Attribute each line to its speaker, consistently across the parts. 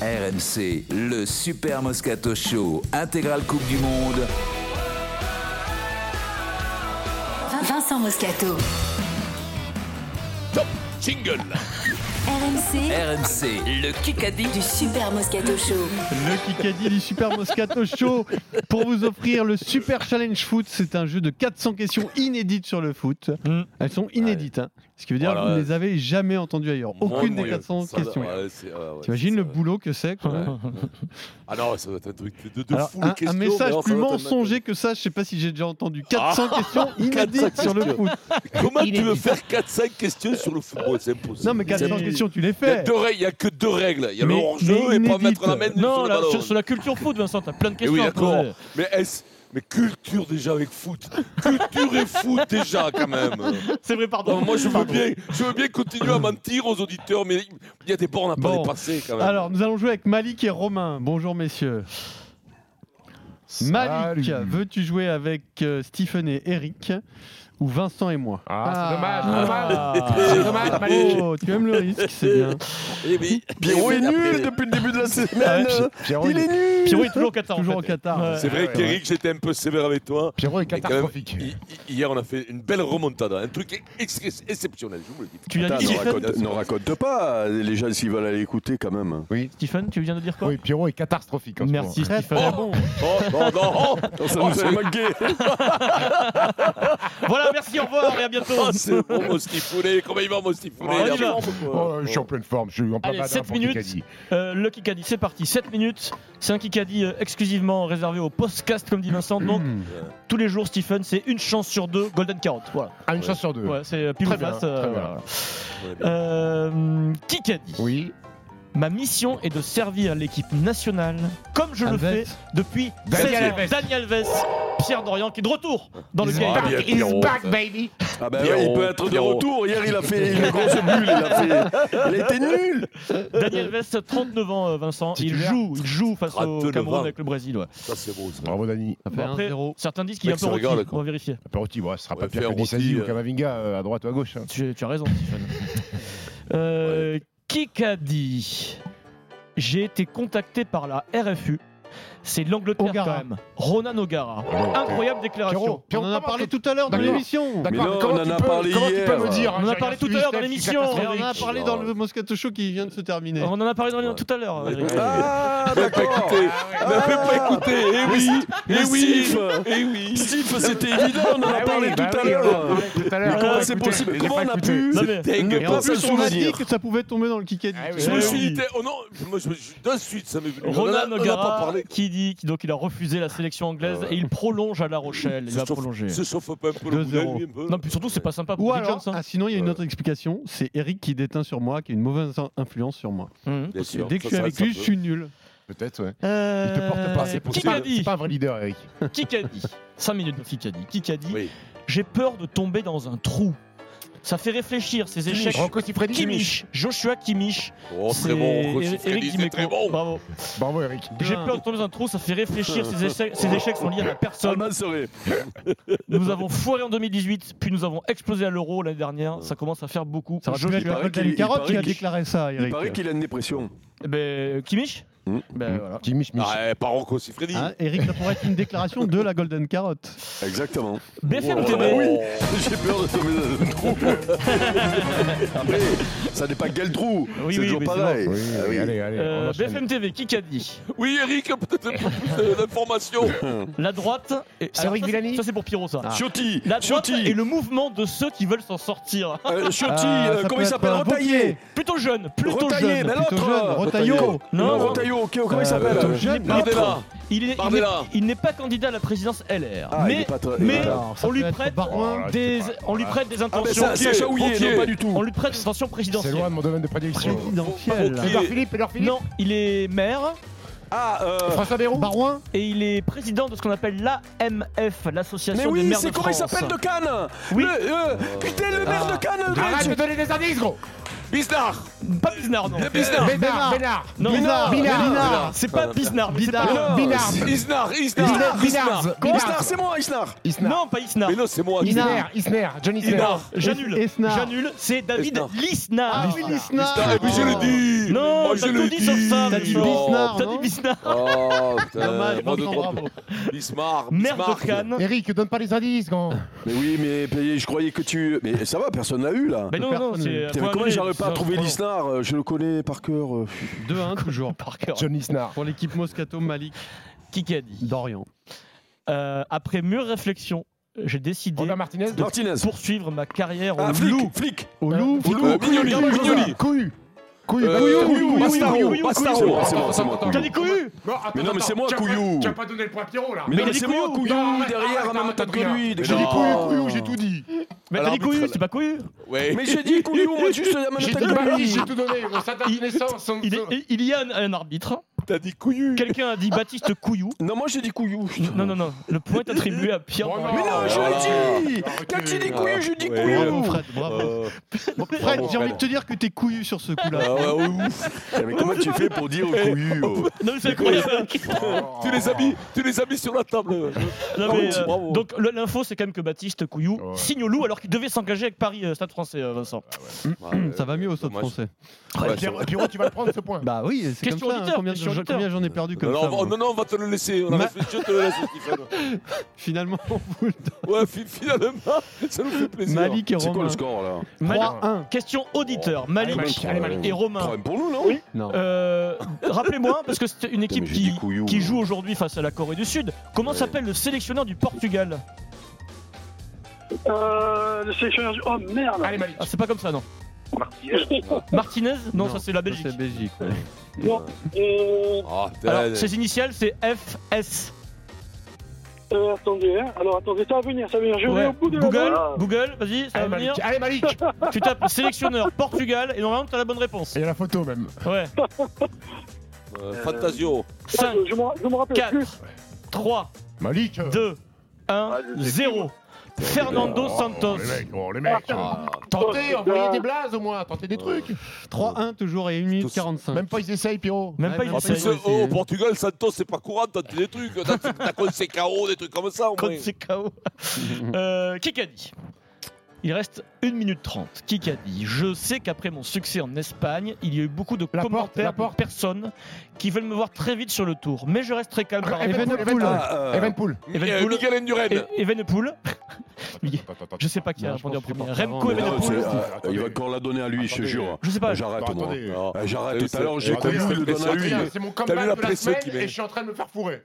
Speaker 1: RMC, le Super Moscato Show, intégrale Coupe du Monde.
Speaker 2: Vincent Moscato.
Speaker 3: Top Jingle
Speaker 2: RMC,
Speaker 1: RMC, le Kikadi
Speaker 2: du Super Moscato Show.
Speaker 4: Le Kikadi du Super Moscato Show pour vous offrir le Super Challenge Foot. C'est un jeu de 400 questions inédites sur le foot.
Speaker 3: Hmm.
Speaker 4: Elles sont inédites, hein. ce qui veut dire que
Speaker 3: Voilà,
Speaker 4: vous ne
Speaker 3: ouais.
Speaker 4: les avez jamais entendues ailleurs. Aucune des
Speaker 3: Mon
Speaker 4: 400
Speaker 3: Dieu, ça
Speaker 4: questions.
Speaker 3: doit- ouais, c'est- ouais, ouais,
Speaker 4: T'imagines
Speaker 3: ça
Speaker 4: le
Speaker 3: doit-
Speaker 4: boulot que c'est quoi.
Speaker 3: Ouais. Ah non, ça doit être un truc de, de
Speaker 4: Alors,
Speaker 3: fou. les
Speaker 4: un, un
Speaker 3: questions, mais
Speaker 4: message
Speaker 3: alors, ça
Speaker 4: plus
Speaker 3: doit être un-
Speaker 4: mensonger que ça, je sais pas si j'ai déjà entendu.
Speaker 3: Ah
Speaker 4: 400 questions inédites
Speaker 3: 400
Speaker 4: sur le foot.
Speaker 3: Comment tu veux faire 4-5 questions sur le football C'est impossible.
Speaker 4: Non, mais 400 questions, tu les
Speaker 3: Il y a
Speaker 4: fais.
Speaker 3: deux règles, il n'y a que deux règles. Il y a le
Speaker 4: Mais-
Speaker 3: hors-jeu
Speaker 4: mais
Speaker 3: et pas
Speaker 4: inédite.
Speaker 3: mettre la main sur
Speaker 5: Non,
Speaker 3: le
Speaker 5: là,
Speaker 3: ballon.
Speaker 5: sur, sur la culture foot, Vincent, t'as plein de
Speaker 3: Eh
Speaker 5: questions.
Speaker 3: oui,
Speaker 5: à
Speaker 3: d'accord.
Speaker 5: poser.
Speaker 3: Mais est-ce. Mais culture déjà avec foot. Culture et foot déjà quand même.
Speaker 5: C'est vrai, pardon.
Speaker 3: Non, moi je veux,
Speaker 5: Pardon.
Speaker 3: bien, je veux bien continuer à mentir aux auditeurs, mais il y a des bornes à pas
Speaker 4: Bon.
Speaker 3: dépasser quand même.
Speaker 4: Alors, nous allons jouer avec Malik et Romain. Bonjour, messieurs. Malik,
Speaker 6: Salut.
Speaker 4: veux-tu jouer avec euh, Stephen et Eric ou Vincent et moi
Speaker 6: Ah,
Speaker 5: Ah.
Speaker 6: c'est dommage, c'est dommage. C'est dommage, Malik.
Speaker 4: Oh, tu aimes le risque, c'est bien.
Speaker 3: Eh oui,
Speaker 6: Pierrot est
Speaker 3: Après,
Speaker 6: nul depuis le début de la semaine.
Speaker 4: Ouais,
Speaker 6: Pierrot, il est nul.
Speaker 5: Pierrot est toujours au Qatar. en
Speaker 4: Toujours
Speaker 5: fait.
Speaker 4: au Qatar.
Speaker 5: Ouais.
Speaker 3: C'est vrai
Speaker 6: Ouais,
Speaker 3: qu'Eric, j'étais un peu sévère avec toi.
Speaker 6: Pierrot est
Speaker 3: Mais quand
Speaker 6: catastrophique.
Speaker 3: même, hi- hi- Hier, on a fait une belle remontada, un truc ex- ex- exceptionnel, je vous le dis.
Speaker 5: Tu l'as
Speaker 7: Putain,
Speaker 5: dit,
Speaker 7: ne,
Speaker 5: Stephen,
Speaker 7: raconte, ne raconte pas, les gens, s'ils veulent aller écouter quand même.
Speaker 5: Stephen, tu viens de dire quoi
Speaker 6: Oui, Pierrot est catastrophique en ce moment.
Speaker 5: Merci,
Speaker 4: Très,
Speaker 5: Stephen.
Speaker 4: très
Speaker 5: bon.
Speaker 3: Oh, non, non,
Speaker 7: Oh, ça nous a manqué.
Speaker 5: Voilà, merci, au revoir et à bientôt.
Speaker 3: oh, c'est bon, mon Stifoulet, comment il va, mon Stifoulet
Speaker 5: Ouais,
Speaker 3: Il a
Speaker 5: il va.
Speaker 3: vraiment beaucoup,
Speaker 6: Oh,
Speaker 3: euh,
Speaker 6: je suis en pleine forme, je suis en plein
Speaker 5: Allez,
Speaker 6: badin
Speaker 5: sept
Speaker 6: pour
Speaker 5: minutes.
Speaker 6: Kikadi.
Speaker 5: Euh, le Kikadi, c'est parti. 7 minutes. C'est un Kikadi euh, exclusivement réservé au podcast, comme dit Vincent.
Speaker 3: Hmm.
Speaker 5: Donc, tous les jours, Stephen, c'est une chance sur deux, Golden Carrot. Voilà.
Speaker 6: Ah, une chance sur deux.
Speaker 5: Ouais, c'est euh, pile
Speaker 6: Très
Speaker 5: ou
Speaker 6: bien,
Speaker 5: face. euh,
Speaker 6: très bien.
Speaker 5: voilà.
Speaker 3: on est bien.
Speaker 5: Euh, Kikadi.
Speaker 6: Oui,
Speaker 5: Ma mission est de servir l'équipe nationale comme je le fais
Speaker 4: Alves.
Speaker 5: depuis
Speaker 6: Daniel
Speaker 5: 16 ans.
Speaker 6: Alves.
Speaker 5: Daniel Alves, Pierre Dorian qui est de retour dans le
Speaker 6: He's
Speaker 5: game.
Speaker 3: back, he's back,
Speaker 5: baby.
Speaker 7: Ah ben
Speaker 3: Pierrot,
Speaker 7: ouais, il peut être de
Speaker 3: Pierrot.
Speaker 7: retour. Oh, Hier, il a fait une grosse bulle. Il a, fait... il a été nul.
Speaker 5: Daniel Alves, 39 ans, euh, Vincent. Il
Speaker 6: Titulaire.
Speaker 5: joue, il joue face au
Speaker 3: 39
Speaker 5: Cameroun
Speaker 3: ans.
Speaker 5: avec le Brésil. ouais.
Speaker 3: Ça, c'est beau, ça.
Speaker 6: bravo Dani.
Speaker 4: Ça fait
Speaker 5: Bon, après,
Speaker 4: 1-0.
Speaker 5: certains disent qu'il est un
Speaker 3: Mec,
Speaker 5: peu
Speaker 3: ça
Speaker 5: rôti.
Speaker 3: régale, quoi.
Speaker 5: On va vérifier.
Speaker 6: Perotti, bon, ce sera pas
Speaker 3: Ouais,
Speaker 6: pire que
Speaker 3: Perotti,
Speaker 6: Dissasi ou
Speaker 3: euh.
Speaker 6: Kamavinga euh, à droite ou à gauche. hein.
Speaker 5: Tu, tu as raison, Stephen. Euh, Qui qu'a dit J'ai été contacté par la RFU. C'est l'Angleterre
Speaker 4: O'Gara.
Speaker 5: quand même. Ronan O'Gara.
Speaker 3: Oh,
Speaker 6: Bravo.
Speaker 5: Incroyable déclaration.
Speaker 6: Pierrot,
Speaker 4: On
Speaker 6: Pierrot,
Speaker 4: en a
Speaker 6: comment
Speaker 4: parlé
Speaker 6: tu-
Speaker 4: tout à l'heure dans
Speaker 6: D'accord.
Speaker 4: l'émission.
Speaker 7: Mais non,
Speaker 6: D'accord,
Speaker 7: on
Speaker 6: comment
Speaker 7: en
Speaker 6: tu
Speaker 7: a
Speaker 6: peux-
Speaker 7: parlé
Speaker 6: comment tu peux
Speaker 7: hier.
Speaker 6: me dire
Speaker 5: On en a parlé tout à l'heure dans l'émission.
Speaker 4: On en a
Speaker 5: Eric.
Speaker 4: parlé dans le Moscato Show qui vient de se terminer.
Speaker 6: Oh,
Speaker 5: On en a parlé dans les- tout à l'heure. Eric.
Speaker 7: Ah, d'accord. Ah.
Speaker 3: Écoutez, ne fais pas écouter, eh oui, eh oui,
Speaker 7: Steve.
Speaker 3: eh oui.
Speaker 7: Steve, c'était évident. On
Speaker 6: Ah,
Speaker 7: en a parlé
Speaker 6: bah
Speaker 7: tout à l'heure.
Speaker 6: Tout à
Speaker 7: Mais comment c'est possible Comment on a pu
Speaker 5: Non, mais-
Speaker 3: Dingue,
Speaker 4: Et en
Speaker 7: Pas
Speaker 4: plus,
Speaker 7: se
Speaker 4: on a dit
Speaker 7: souvenir.
Speaker 4: que ça pouvait tomber dans le Kikadi.
Speaker 6: Ah oui.
Speaker 3: Je me
Speaker 5: Eh
Speaker 3: suis
Speaker 5: oui.
Speaker 3: dit, oh non, moi, je me suis- d'un suite, ça m'est venu. On en a-
Speaker 5: Ronan
Speaker 3: on n'a pas
Speaker 5: O'Gara
Speaker 3: parlé.
Speaker 5: qui dit qui- donc il a refusé la sélection anglaise
Speaker 3: Ah ouais.
Speaker 5: et il prolonge à La Rochelle. Il
Speaker 3: Se
Speaker 5: va
Speaker 3: chauffe-
Speaker 5: prolonger.
Speaker 3: Se chauffe pas un peu le
Speaker 4: 2-0.
Speaker 3: boudin, lui, un peu.
Speaker 5: Non, puis surtout c'est pas sympa pour
Speaker 4: Ou
Speaker 5: Dick
Speaker 4: alors,
Speaker 5: Jones, hein.
Speaker 4: ah, sinon il y a une
Speaker 7: Euh.
Speaker 3: Ouais.
Speaker 4: autre explication, c'est Eric qui déteint sur moi, qui a une mauvaise in- influence sur moi.
Speaker 5: Mhm.
Speaker 3: Bien sûr,
Speaker 4: Dès que
Speaker 3: ça,
Speaker 4: je suis
Speaker 3: ça,
Speaker 4: avec
Speaker 3: ça
Speaker 4: lui,
Speaker 3: peut.
Speaker 4: je suis nul.
Speaker 6: Peut-être, ouais.
Speaker 5: Euh,
Speaker 6: Il te porte pas, c'est
Speaker 5: Qui
Speaker 3: possible.
Speaker 5: qu'a dit
Speaker 6: C'est pas un vrai leader, Eric.
Speaker 5: Qui qu'a dit 5 minutes de qui qu'a dit Qui qu'a dit
Speaker 3: Oui.
Speaker 5: J'ai peur de tomber dans un trou. Ça fait réfléchir ces échecs.
Speaker 6: Rocco Siffredi.
Speaker 5: Kimmich, Joshua Kimmich.
Speaker 3: Oh,
Speaker 5: C'est
Speaker 3: très bon, Rocco
Speaker 5: Eric
Speaker 3: Siffredi,
Speaker 5: qui
Speaker 3: c'est très
Speaker 5: m'écoute.
Speaker 3: bon. Ah.
Speaker 5: Bravo.
Speaker 6: Bravo, Eric.
Speaker 5: J'ai
Speaker 4: Bien.
Speaker 5: peur de tomber dans un trou, ça fait réfléchir. Ces échecs, ces échecs sont liés à la
Speaker 6: Ah,
Speaker 5: personne.
Speaker 7: Seulement serait.
Speaker 5: Nous avons foiré en 2018, puis nous avons explosé à l'euro l'année dernière. Ça commence à faire beaucoup.
Speaker 4: Ça aurait pu
Speaker 5: Joshua-
Speaker 4: être la
Speaker 7: paraît
Speaker 4: Golden
Speaker 7: qu'il- il
Speaker 4: Carotte qui
Speaker 7: paraît
Speaker 4: a
Speaker 7: qu'il-
Speaker 4: déclaré ça,
Speaker 7: Il
Speaker 4: Eric.
Speaker 7: paraît qu'il a une dépression.
Speaker 5: Eh ben, Kimmich
Speaker 7: Mm.
Speaker 5: Ben voilà.
Speaker 6: Kimmich, Mich.
Speaker 3: Ah, eh, pas Rocco Siffredi.
Speaker 4: Hein, Eric, ça pourrait être une déclaration de la Golden Carotte.
Speaker 7: Exactement. ben
Speaker 5: BFM
Speaker 3: Oh,
Speaker 5: TV.
Speaker 7: oui. J'ai peur de tomber dans un trou. Après, ça n'est pas quel trou.
Speaker 5: Oui,
Speaker 7: c'est
Speaker 5: oui,
Speaker 7: toujours
Speaker 5: mais c'est
Speaker 7: pareil.
Speaker 6: Oui,
Speaker 7: Ah oui.
Speaker 6: allez, allez.
Speaker 5: Euh,
Speaker 6: on enchaîne.
Speaker 5: BFM TV, qui qu'a dit
Speaker 3: Oui, Eric, peut-être un peu plus euh, d'informations.
Speaker 5: La droite. et-
Speaker 6: C'est
Speaker 5: alors
Speaker 6: Eric
Speaker 5: ça,
Speaker 6: Villani Ah.
Speaker 5: Ça, c'est pour Pierrot, ça.
Speaker 7: Ciotti,
Speaker 5: La droite
Speaker 7: Ciotti,
Speaker 5: et le mouvement de ceux qui veulent s'en sortir.
Speaker 7: euh, Ciotti,
Speaker 4: Ah,
Speaker 7: euh,
Speaker 4: ça
Speaker 7: comment
Speaker 4: peut
Speaker 7: il
Speaker 4: être
Speaker 7: s'appelle
Speaker 4: un
Speaker 7: Rotaillé,
Speaker 5: Plutôt jeune, plutôt jeune.
Speaker 7: Rotaillé, mais
Speaker 4: Plutôt jeune,
Speaker 7: Eh ben, l'autre
Speaker 4: Rotaillot.
Speaker 7: Non,
Speaker 5: Non.
Speaker 7: Rotaillot, ok, comment il s'appelle
Speaker 4: plutôt
Speaker 7: euh,
Speaker 4: jeune,
Speaker 5: Il est-
Speaker 3: Bardella.
Speaker 5: Il est- il est-
Speaker 3: Bardella.
Speaker 5: il n'est pas candidat à la présidence LR.
Speaker 7: Ah, il est
Speaker 5: mais
Speaker 7: pas très-
Speaker 5: mais
Speaker 7: Ah,
Speaker 4: Alors, ça
Speaker 5: on, lui
Speaker 4: peut être
Speaker 5: prête
Speaker 4: Barouin.
Speaker 6: Oh, là,
Speaker 5: des,
Speaker 6: c'est
Speaker 5: on lui prête des
Speaker 7: mais
Speaker 5: intentions.
Speaker 7: ça,
Speaker 3: Roquier,
Speaker 7: Sacha Houillet,
Speaker 3: Roquier.
Speaker 7: non, pas du tout.
Speaker 5: on lui prête des intentions
Speaker 6: C'est
Speaker 5: présidentielles.
Speaker 6: loin de mon domaine de prédilection.
Speaker 4: Présidentiel.
Speaker 3: Rotaillot.
Speaker 6: Edouard Philippe, Edouard Philippe.
Speaker 5: Non, il est maire
Speaker 7: Ah, euh,
Speaker 6: François Bayrou.
Speaker 4: Barouin
Speaker 5: et il est président de ce qu'on appelle l'AMF, l'association des
Speaker 7: mais oui,
Speaker 5: maires de
Speaker 7: c'est comment il
Speaker 5: France.
Speaker 7: s'appelle de Cannes
Speaker 5: Oui.
Speaker 7: Le, euh, Putain, le maire de Cannes
Speaker 6: Arrête de
Speaker 7: le-
Speaker 6: donner des indices, gros
Speaker 7: Pisnard
Speaker 5: Pas Pisnard, non.
Speaker 7: Bien Pisnard
Speaker 6: Bénard,
Speaker 4: Bénard.
Speaker 6: Bénard.
Speaker 5: Non,
Speaker 4: Binard,
Speaker 6: Binard.
Speaker 4: Binard.
Speaker 5: C'est pas Pisnard, mais c'est
Speaker 4: Binard.
Speaker 5: pas loin.
Speaker 6: Binard.
Speaker 7: Isnar,
Speaker 6: Isnar, Isnar,
Speaker 7: Isnar,
Speaker 6: Isnar.
Speaker 7: Isnar, c'est moi, Isnar.
Speaker 6: Isnar.
Speaker 5: Non, pas Isnar.
Speaker 7: Mais non, c'est moi.
Speaker 4: Isnar.
Speaker 6: Isner, Isner, John Isner.
Speaker 7: Isnar.
Speaker 5: J'annule.
Speaker 4: Esnar.
Speaker 5: J'annule. C'est David
Speaker 7: Esnar.
Speaker 5: Lisnard.
Speaker 4: Ah, oui, Lisnard.
Speaker 7: Isnar,
Speaker 3: Ah,
Speaker 7: et puis je le dis.
Speaker 5: Non,
Speaker 7: Moi,
Speaker 5: t'as tout
Speaker 7: je le
Speaker 5: dit sauf ça.
Speaker 4: T'as dit
Speaker 5: Non.
Speaker 4: Bisnard,
Speaker 5: T'as
Speaker 4: non
Speaker 5: dit Bisnard.
Speaker 7: Oh, putain.
Speaker 4: Dommage,
Speaker 7: bon, de
Speaker 4: Vincent,
Speaker 7: trop.
Speaker 4: Ah, bravo.
Speaker 7: Bismarck,
Speaker 5: Merde
Speaker 7: Bismarck.
Speaker 5: de Cannes.
Speaker 6: Eric, donne pas les indices, grand.
Speaker 7: Mais oui, mais mais je croyais que tu. Mais ça va, personne l'a eu là.
Speaker 5: Mais Bah non, non,
Speaker 4: Personne
Speaker 5: c'est. euh,
Speaker 7: Putain, mais comment j'arrive pas à trouver
Speaker 5: l'histoire
Speaker 7: l'Isnar euh, Je le connais par cœur. euh.
Speaker 4: 2-1 toujours.
Speaker 5: Par cœur.
Speaker 6: John Isner.
Speaker 4: Pour l'équipe Moscato Malik
Speaker 5: Qui qui a dit
Speaker 4: d'Orient.
Speaker 5: Euh, Après mûre réflexion, j'ai décidé
Speaker 6: Robert Martinez.
Speaker 7: Martinez.
Speaker 5: de poursuivre ma carrière au
Speaker 7: Ah, flic,
Speaker 5: loup.
Speaker 7: flic.
Speaker 6: Au
Speaker 5: Euh,
Speaker 6: loup.
Speaker 7: Flic, euh, Mignoli, Mignoli.
Speaker 6: Couille. Couille.
Speaker 7: Euh, Couillou, Bastaro,
Speaker 5: Couillou,
Speaker 7: Bastaro.
Speaker 5: Couillou.
Speaker 7: C'est moi, c'est moi.
Speaker 5: T'as dit couillu
Speaker 7: Mais non, mais c'est moi, Couillou.
Speaker 6: Tu as pas donné le point à Pierrot, là.
Speaker 7: Mais non,
Speaker 5: Mais
Speaker 7: mais
Speaker 5: il
Speaker 7: c'est
Speaker 5: dit
Speaker 7: moi,
Speaker 5: Couillou.
Speaker 7: Couillou,
Speaker 6: Non,
Speaker 7: derrière,
Speaker 6: arrête,
Speaker 7: même
Speaker 6: arrête,
Speaker 7: t'as que
Speaker 6: Adrien.
Speaker 7: lui. dès que
Speaker 6: J'ai dit
Speaker 7: j'ai-
Speaker 6: couille,
Speaker 7: Ah.
Speaker 6: couille, j'ai tout dit.
Speaker 5: Mais t'as
Speaker 7: Alors,
Speaker 5: dit couillu,
Speaker 7: arbitre,
Speaker 5: c'est pas couillu
Speaker 7: Mais j'ai dit Couillou, moi, juste la même
Speaker 6: J'ai
Speaker 7: attaque
Speaker 6: tout
Speaker 7: que
Speaker 6: donné,
Speaker 7: lui.
Speaker 6: j'ai tout donné. On s'attaque
Speaker 5: Il-
Speaker 6: de naissance. on-
Speaker 5: il, est- il y a un, un arbitre.
Speaker 7: T'as dit Couillou.
Speaker 5: Quelqu'un a dit Baptiste Couillou.
Speaker 7: Non, moi, j'ai dit Couillou.
Speaker 5: Non, non, non. Le point est attribué à Pierre.
Speaker 6: Oh,
Speaker 7: Mais non, je
Speaker 6: Voilà.
Speaker 7: l'ai dit
Speaker 6: Arrêtez.
Speaker 7: Quand tu dis couillu, je dis
Speaker 4: Oh,
Speaker 7: couillu
Speaker 4: Bravo Fred,
Speaker 7: euh,
Speaker 4: bravo. Fred, j'ai
Speaker 7: bravo,
Speaker 4: envie de
Speaker 7: Fred. Ah,
Speaker 4: te dire que t'es couillu sur ce coup-là.
Speaker 7: Eh, Mais comment tu fais pour dire couillu oh
Speaker 5: Non, mais c'est incroyable.
Speaker 6: Oh.
Speaker 7: Tu les as mis, tu les as mis sur la table
Speaker 5: Non,
Speaker 7: Bravo,
Speaker 5: mais, euh,
Speaker 7: bravo.
Speaker 5: donc le- l'info, c'est quand même que Baptiste Couillou
Speaker 6: Ouais.
Speaker 5: signe au loup alors qu'il devait s'engager avec Paris euh, Stade français, euh, Vincent.
Speaker 4: Mm, Ça va mieux au stade
Speaker 7: dommage.
Speaker 4: français.
Speaker 7: Ouais, c'est
Speaker 6: Pierrot,
Speaker 7: vrai.
Speaker 6: Pierrot, tu vas le prendre ce point.
Speaker 4: Bah oui, c'est comme
Speaker 5: Question
Speaker 4: ça. hein.
Speaker 5: auditeur,
Speaker 4: Combien
Speaker 5: question
Speaker 4: j'en-
Speaker 5: auditeur.
Speaker 4: combien j'en ai perdu comme
Speaker 7: non,
Speaker 4: ça
Speaker 7: on va-
Speaker 4: moi.
Speaker 7: non, non, on va te le laisser, on a
Speaker 4: Ma-
Speaker 7: réfléchi, on te le laisse, Stéphane.
Speaker 4: Finalement, on vous le donne.
Speaker 7: Ouais, fi- finalement, ça nous fait plaisir.
Speaker 4: Malik et
Speaker 7: C'est quoi
Speaker 4: Romain.
Speaker 7: le score là
Speaker 5: Malik-
Speaker 4: 3-1.
Speaker 5: Question auditeur, Malik
Speaker 6: Malik,
Speaker 7: Trois-
Speaker 6: allez, Malik.
Speaker 5: et
Speaker 7: trois-
Speaker 5: Romain.
Speaker 7: pour nous, non
Speaker 5: Oui.
Speaker 4: Non.
Speaker 5: Euh, Rappelez-moi, parce que c'est une équipe
Speaker 7: mais j'ai dit
Speaker 5: qui,
Speaker 7: couillou,
Speaker 5: qui
Speaker 7: moi.
Speaker 5: joue aujourd'hui face à la Corée du Sud. Comment
Speaker 7: Ouais.
Speaker 5: s'appelle le sélectionneur du Portugal
Speaker 8: Euh, le sélectionneur du... Oh merde Euh,
Speaker 6: Allez, Malik.
Speaker 5: Ah, c'est pas comme ça, non
Speaker 8: Martinez.
Speaker 5: Martinez non, ça c'est la
Speaker 4: ça,
Speaker 5: Belgique.
Speaker 4: C'est Belgique. ouais.
Speaker 8: Euh,
Speaker 7: Ah, putain.
Speaker 5: Alors, ses initiales, c'est FS.
Speaker 8: euh, attendez, hein. alors attendez, ça va venir, ça va venir, je vais
Speaker 5: Ouais.
Speaker 8: au bout de la
Speaker 5: Google,
Speaker 8: balle.
Speaker 5: Google, vas-y, ça
Speaker 7: Ah,
Speaker 6: Allez,
Speaker 5: va venir.
Speaker 6: Malik. Allez, Malik.
Speaker 5: Tu tapes sélectionneur Portugal et normalement t'as la bonne réponse.
Speaker 6: Il y a la photo, même.
Speaker 5: Ouais.
Speaker 7: Euh, Fantasio.
Speaker 8: Ah,
Speaker 5: 5,
Speaker 8: je, je m'en- je me rappelle
Speaker 5: 4,
Speaker 8: plus.
Speaker 5: 3,
Speaker 6: Malik.
Speaker 5: 2, 1,
Speaker 8: Ah, je sais
Speaker 5: 0. Fernando Santos.
Speaker 6: Oh, les mecs, oh, les mecs.
Speaker 7: Ah,
Speaker 6: Tentez, envoyez des blases au moins, tentez des trucs.
Speaker 4: 3-1 toujours et 1 minute
Speaker 7: Tous-
Speaker 4: 45.
Speaker 6: Même pas ils essayent, Pierrot.
Speaker 5: Même pas
Speaker 4: Ouais,
Speaker 5: il
Speaker 4: mais
Speaker 7: en
Speaker 4: Ça y
Speaker 5: essaye.
Speaker 4: est,
Speaker 7: plus,
Speaker 4: c'est-
Speaker 7: euh, oh, au Portugal, Santos, c'est pas courant, t'as des trucs, t'as t'as Conseil KO, des trucs comme ça, au
Speaker 5: Quand
Speaker 7: moins.
Speaker 5: c'est KO. Euh, Qui qu'a dit Il reste 1 minute 30. Qui qu'a dit Je sais qu'après mon succès en Espagne, il y a eu beaucoup de
Speaker 6: La porte, la
Speaker 5: commentaires de
Speaker 6: porte.
Speaker 5: personnes qui veulent me voir très vite sur le tour. Mais je reste très calme par rapport
Speaker 6: Evan
Speaker 4: Evenepoel.
Speaker 6: Poul.
Speaker 7: Ah, euh,
Speaker 6: Evenpool.
Speaker 7: Mi-
Speaker 5: Evan
Speaker 7: euh,
Speaker 5: Poul.
Speaker 7: Miguel Enduren.
Speaker 5: à Evenepoel. Je sais pas qui a
Speaker 4: Non,
Speaker 5: répondu en
Speaker 4: je pense que
Speaker 5: premier.
Speaker 4: c'est pas
Speaker 5: Remco
Speaker 4: avant, mais-
Speaker 7: Non, c'est-
Speaker 5: Evenepoel.
Speaker 7: ah, Il va encore la donner à lui, je te
Speaker 6: Attendez.
Speaker 7: jure.
Speaker 5: Je sais pas.
Speaker 7: J'arrête, moi.
Speaker 6: Attendez.
Speaker 7: Ah, J'arrête. Tout à l'heure, j'ai
Speaker 6: Attendez,
Speaker 7: connu
Speaker 6: attendez,
Speaker 7: le donne à lui.
Speaker 6: Adrien, C'est mon
Speaker 7: T'as vu
Speaker 6: comeback
Speaker 7: la
Speaker 6: de la
Speaker 7: pression qu'il
Speaker 6: semaine
Speaker 7: met
Speaker 6: et je suis en train de me faire fourrer.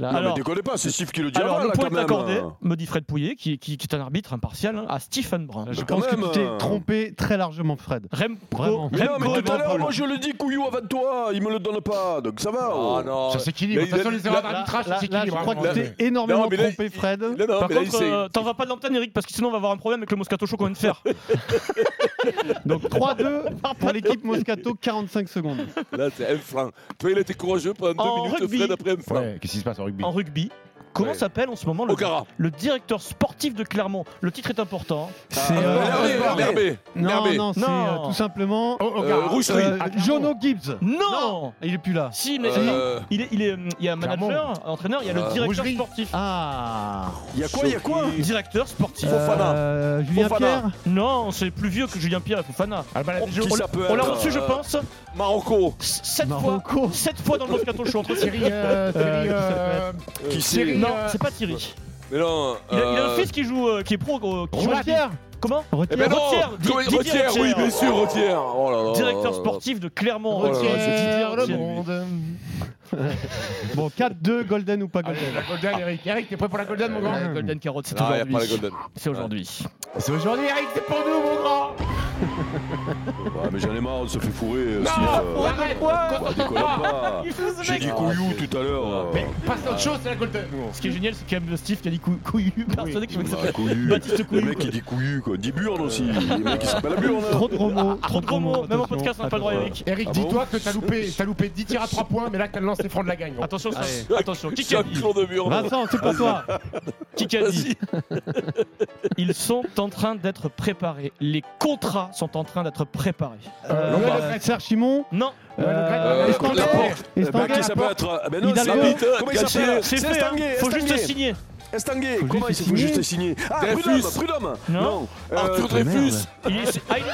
Speaker 7: Non, mais
Speaker 5: Alors,
Speaker 7: déconnez pas, c'est Steve qui le dit
Speaker 5: alors,
Speaker 7: avant,
Speaker 5: le
Speaker 7: là,
Speaker 5: point
Speaker 7: quand
Speaker 5: est
Speaker 7: même.
Speaker 5: accordé,
Speaker 7: hein.
Speaker 5: me dit Fred Pouillet, qui, qui- qui est un arbitre impartial, hein, à Stephen Brun.
Speaker 4: Je
Speaker 7: quand
Speaker 4: pense que
Speaker 7: même,
Speaker 4: tu t'es
Speaker 7: euh,
Speaker 4: trompé très largement, Fred.
Speaker 5: Remco,
Speaker 4: Vraiment.
Speaker 7: Mais non,
Speaker 5: Remco
Speaker 7: mais tout à l'heure,
Speaker 5: Evenepoel.
Speaker 7: moi je le dis, couillou, avant toi, il me le donne pas, donc ça va. oh.
Speaker 6: Ça s'équilibre. De toute
Speaker 7: Mais
Speaker 6: façon,
Speaker 7: il a-
Speaker 6: les erreurs
Speaker 7: là-
Speaker 6: d'arbitrage, ça
Speaker 4: Là, là, je
Speaker 6: s'équilibre.
Speaker 4: crois
Speaker 6: hein,
Speaker 4: que tu
Speaker 6: vraiment.
Speaker 4: t'es énormément
Speaker 7: Non, mais là,
Speaker 4: trompé, Fred.
Speaker 7: Non, non,
Speaker 5: Par
Speaker 7: mais là,
Speaker 5: contre,
Speaker 7: il
Speaker 5: euh, t'en vas pas de l'antenne, Eric, parce que sinon on va avoir un problème avec le Moscato Show qu'on vient de faire.
Speaker 4: Donc 3-2 pour l'équipe Moscato, 45 secondes.
Speaker 7: essaye. Là, c'est un franc. Toi, il a été courageux pendant
Speaker 5: En
Speaker 7: deux minutes,
Speaker 5: rugby.
Speaker 7: Fred, après un franc.
Speaker 6: Ouais, qu'est-ce qui se passe en rugby Oh,
Speaker 5: En rugby, comment
Speaker 7: Ouais.
Speaker 5: s'appelle en ce moment le,
Speaker 7: Okara.
Speaker 5: le directeur sportif de Clermont Le titre est important.
Speaker 4: C'est.
Speaker 7: Ah,
Speaker 4: euh,
Speaker 7: Hervé,
Speaker 6: Herbert.
Speaker 7: Hervé,
Speaker 4: Non,
Speaker 7: Hervé.
Speaker 4: non, c'est
Speaker 5: Non.
Speaker 4: euh, tout simplement.
Speaker 6: Oh, oh,
Speaker 7: Euh,
Speaker 6: gars.
Speaker 7: Roussel.
Speaker 4: euh,
Speaker 6: Ah, Clermont.
Speaker 4: Jono Gibbs.
Speaker 5: Non,
Speaker 4: Il est plus là.
Speaker 5: Si, mais
Speaker 7: Euh,
Speaker 5: il, est, il, est, hum, il y a un
Speaker 6: Clermont.
Speaker 5: manager, un entraîneur, il y a
Speaker 7: Euh,
Speaker 5: le directeur
Speaker 6: Rougerie.
Speaker 5: sportif.
Speaker 4: Ah.
Speaker 7: Il y a quoi, il y a quoi
Speaker 5: Directeur sportif.
Speaker 7: Fofana.
Speaker 4: Euh, Julien
Speaker 7: Fofana.
Speaker 4: Pierre.
Speaker 5: Non, c'est plus vieux que Julien Pierre et Fofana.
Speaker 6: Ah, bah, la
Speaker 7: Oh,
Speaker 6: Bijou.
Speaker 7: qui ça peut
Speaker 5: On l'a
Speaker 7: être,
Speaker 5: reçu, je
Speaker 7: euh,
Speaker 5: pense,
Speaker 7: Marocco.
Speaker 5: 7 fois.
Speaker 4: Marocco.
Speaker 5: 7 fois dans le Moscato Show entre
Speaker 6: Thierry, euh, Thierry,
Speaker 4: Euh,
Speaker 6: euh,
Speaker 7: Qui
Speaker 6: Thierry.
Speaker 7: c'est
Speaker 5: Non,
Speaker 6: euh,
Speaker 5: c'est pas Thierry.
Speaker 7: Mais non.
Speaker 5: Il a, il a
Speaker 7: euh,
Speaker 5: un fils qui joue, euh, qui est pro, euh, qui joue à
Speaker 4: Retière.
Speaker 5: Comment
Speaker 7: Eh
Speaker 4: Retière.
Speaker 7: ben non
Speaker 5: Retière, Di-
Speaker 7: Comment-
Speaker 5: Didier
Speaker 7: Retière,
Speaker 5: Retière.
Speaker 7: oui, bien sûr, Retière. Oh là là.
Speaker 5: Directeur sportif de Clermont.
Speaker 7: Oh là là,
Speaker 6: Retière,
Speaker 7: c'est Didier,
Speaker 6: le
Speaker 7: c'est lui.
Speaker 6: monde.
Speaker 4: Bon, 4-2, Golden ou pas
Speaker 6: Allez,
Speaker 4: Golden
Speaker 6: la Golden, Eric. Eric, t'es prêt pour la Golden, mon
Speaker 5: Ah,
Speaker 6: grand
Speaker 5: Golden Carotte, c'est
Speaker 7: Non, il n'y a pas la
Speaker 5: aujourd'hui.
Speaker 7: Golden.
Speaker 5: C'est aujourd'hui.
Speaker 6: C'est aujourd'hui, Eric, c'est pour nous, mon grand.
Speaker 7: Ouais, mais j'en ai marre, on se fait fourrer. euh,
Speaker 6: Non,
Speaker 7: si, euh,
Speaker 6: on arrête.
Speaker 7: bah, déconne pas. J'ai dit couillou tout à l'heure.
Speaker 6: Mais passe à autre chose, c'est la Golden.
Speaker 5: Ce qui est génial, c'est quand même Steve qui a dit cou- couillu. Personne qui veut que ça
Speaker 7: Bah, couillu.
Speaker 5: Baptiste
Speaker 7: Le
Speaker 5: Couillu.
Speaker 7: mec il dit couillu quoi. Dit burne aussi. Le mec il s'appelle la burne. là.
Speaker 4: Trop de gros mots.
Speaker 5: Ah, Trop de gros mots, même en
Speaker 4: attention,
Speaker 5: podcast, on n'a
Speaker 3: euh,
Speaker 5: pas le droit, Eric.
Speaker 6: Eric,
Speaker 7: Ah
Speaker 6: dis-toi que t'as loupé, t'as loupé 10 tirs à 3 points, mais là, t'as le lancé franc de la gagne. gros.
Speaker 5: Attention, ça-
Speaker 4: Allez.
Speaker 5: attention. Qui qui
Speaker 7: C'est
Speaker 5: a
Speaker 7: un
Speaker 5: dit
Speaker 7: tour de Euh, burne.
Speaker 4: Vincent, c'est pour toi.
Speaker 5: Qui qui a dit Ils sont en train d'être préparés. Les contrats repas sont en train d'être préparés.
Speaker 4: Euh,
Speaker 6: Lombard.
Speaker 4: euh, Sarchimon,
Speaker 5: Non,
Speaker 7: Euh,
Speaker 4: euh, Estanguet,
Speaker 7: Laporte. Eh ben,
Speaker 4: Estanguet,
Speaker 7: qui ça peut être Ah, Ben non,
Speaker 4: Hidalgo.
Speaker 7: c'est vite, Comment il
Speaker 5: c'est
Speaker 7: s'appelle
Speaker 5: c'est fait, hein.
Speaker 7: Estanguet,
Speaker 5: faut juste
Speaker 7: Estanguet.
Speaker 5: signer.
Speaker 7: Estanguet,
Speaker 4: Faut
Speaker 7: comment il
Speaker 4: juste
Speaker 7: s'est faut
Speaker 4: signer.
Speaker 7: juste signer Ah,
Speaker 3: Dreyfus.
Speaker 7: Prud'homme, Prud'homme
Speaker 5: Non.
Speaker 7: euh,
Speaker 5: Ah,
Speaker 3: Arthur
Speaker 4: merde.
Speaker 3: Dreyfus
Speaker 5: Il est- ah, il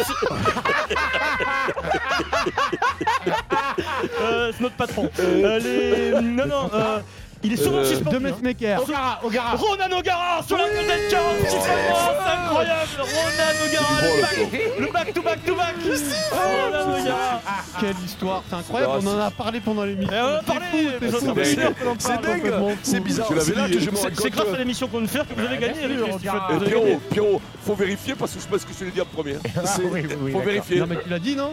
Speaker 5: est- Euh, c'est notre patron. Euh, les- Non, non, euh, il est souvent
Speaker 7: Euh,
Speaker 5: suspendu.
Speaker 4: De
Speaker 5: hein.
Speaker 4: Mesmaker.
Speaker 6: Ogara, Ogara.
Speaker 5: Ronan O'Gara sur la tête de 40 c'est incroyable Ronan O'Gara
Speaker 7: drôle,
Speaker 5: le back, le back to back to back Ronan O'Gara
Speaker 4: Quelle histoire, c'est incroyable.
Speaker 7: Ah,
Speaker 4: On en a parlé pendant l'émission.
Speaker 5: Eh, on en a
Speaker 4: C'est
Speaker 5: parlé,
Speaker 4: fou,
Speaker 5: les gens
Speaker 4: fou,
Speaker 5: sont
Speaker 4: c'est
Speaker 7: dingues.
Speaker 4: sûr qu'on en
Speaker 7: C'est
Speaker 4: parle,
Speaker 7: dingue,
Speaker 4: complètement
Speaker 7: c'est
Speaker 4: fou.
Speaker 7: bizarre.
Speaker 3: Tu l'avais
Speaker 7: C'est
Speaker 3: là,
Speaker 7: là que je me
Speaker 5: C'est-
Speaker 7: raconte.
Speaker 5: C'est grâce à l'émission qu'on fait que vous avez gagné
Speaker 6: bien
Speaker 5: avec
Speaker 6: sûr,
Speaker 5: les
Speaker 6: O'Gara.
Speaker 5: Stephen.
Speaker 3: Euh,
Speaker 5: Vous avez
Speaker 3: Pierrot,
Speaker 5: gagné.
Speaker 3: Pierrot, faut vérifier parce que je sais pas ce que je l'ai dit en premier.
Speaker 6: Ah, oui, oui, oui,
Speaker 3: Faut
Speaker 6: d'accord.
Speaker 3: vérifier.
Speaker 4: Non, mais tu l'as dit, non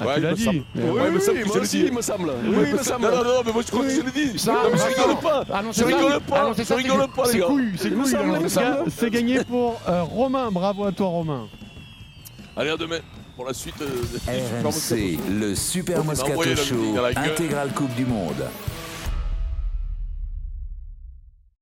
Speaker 4: Ah,
Speaker 3: Ouais,
Speaker 4: Tu
Speaker 3: il
Speaker 4: l'as
Speaker 3: me
Speaker 4: dit.
Speaker 3: semble.
Speaker 4: Mais
Speaker 3: Ouais,
Speaker 7: Oui,
Speaker 3: il me
Speaker 7: oui,
Speaker 3: semble que
Speaker 7: moi
Speaker 3: je l'ai
Speaker 7: aussi,
Speaker 3: dit.
Speaker 7: il me semble. Oui, il me semble.
Speaker 3: Non, non, non, mais moi je crois que je l'ai dit.
Speaker 6: Ça,
Speaker 3: Non, mais je
Speaker 6: attends.
Speaker 3: rigole pas.
Speaker 6: Annoncez
Speaker 3: Je
Speaker 6: ça,
Speaker 3: rigole
Speaker 6: c'est-
Speaker 3: pas.
Speaker 6: annoncez
Speaker 3: Je
Speaker 6: ça, c'est-
Speaker 3: rigole pas, les
Speaker 6: C'est
Speaker 3: gars.
Speaker 6: couille, c'est couille.
Speaker 4: hein.
Speaker 7: semble,
Speaker 6: alors,
Speaker 7: il me
Speaker 6: le
Speaker 7: semble.
Speaker 6: gars.
Speaker 4: C'est gagné pour euh, Romain. Bravo à toi, Romain.
Speaker 3: Allez, à demain pour la suite. euh, du Super Moscato
Speaker 1: RMC,
Speaker 3: Show.
Speaker 1: le Super
Speaker 3: Oh, il m'a
Speaker 1: Moscato
Speaker 3: envoyé la musique
Speaker 1: Show,
Speaker 3: dans la gueule.
Speaker 1: intégrale Coupe du Monde.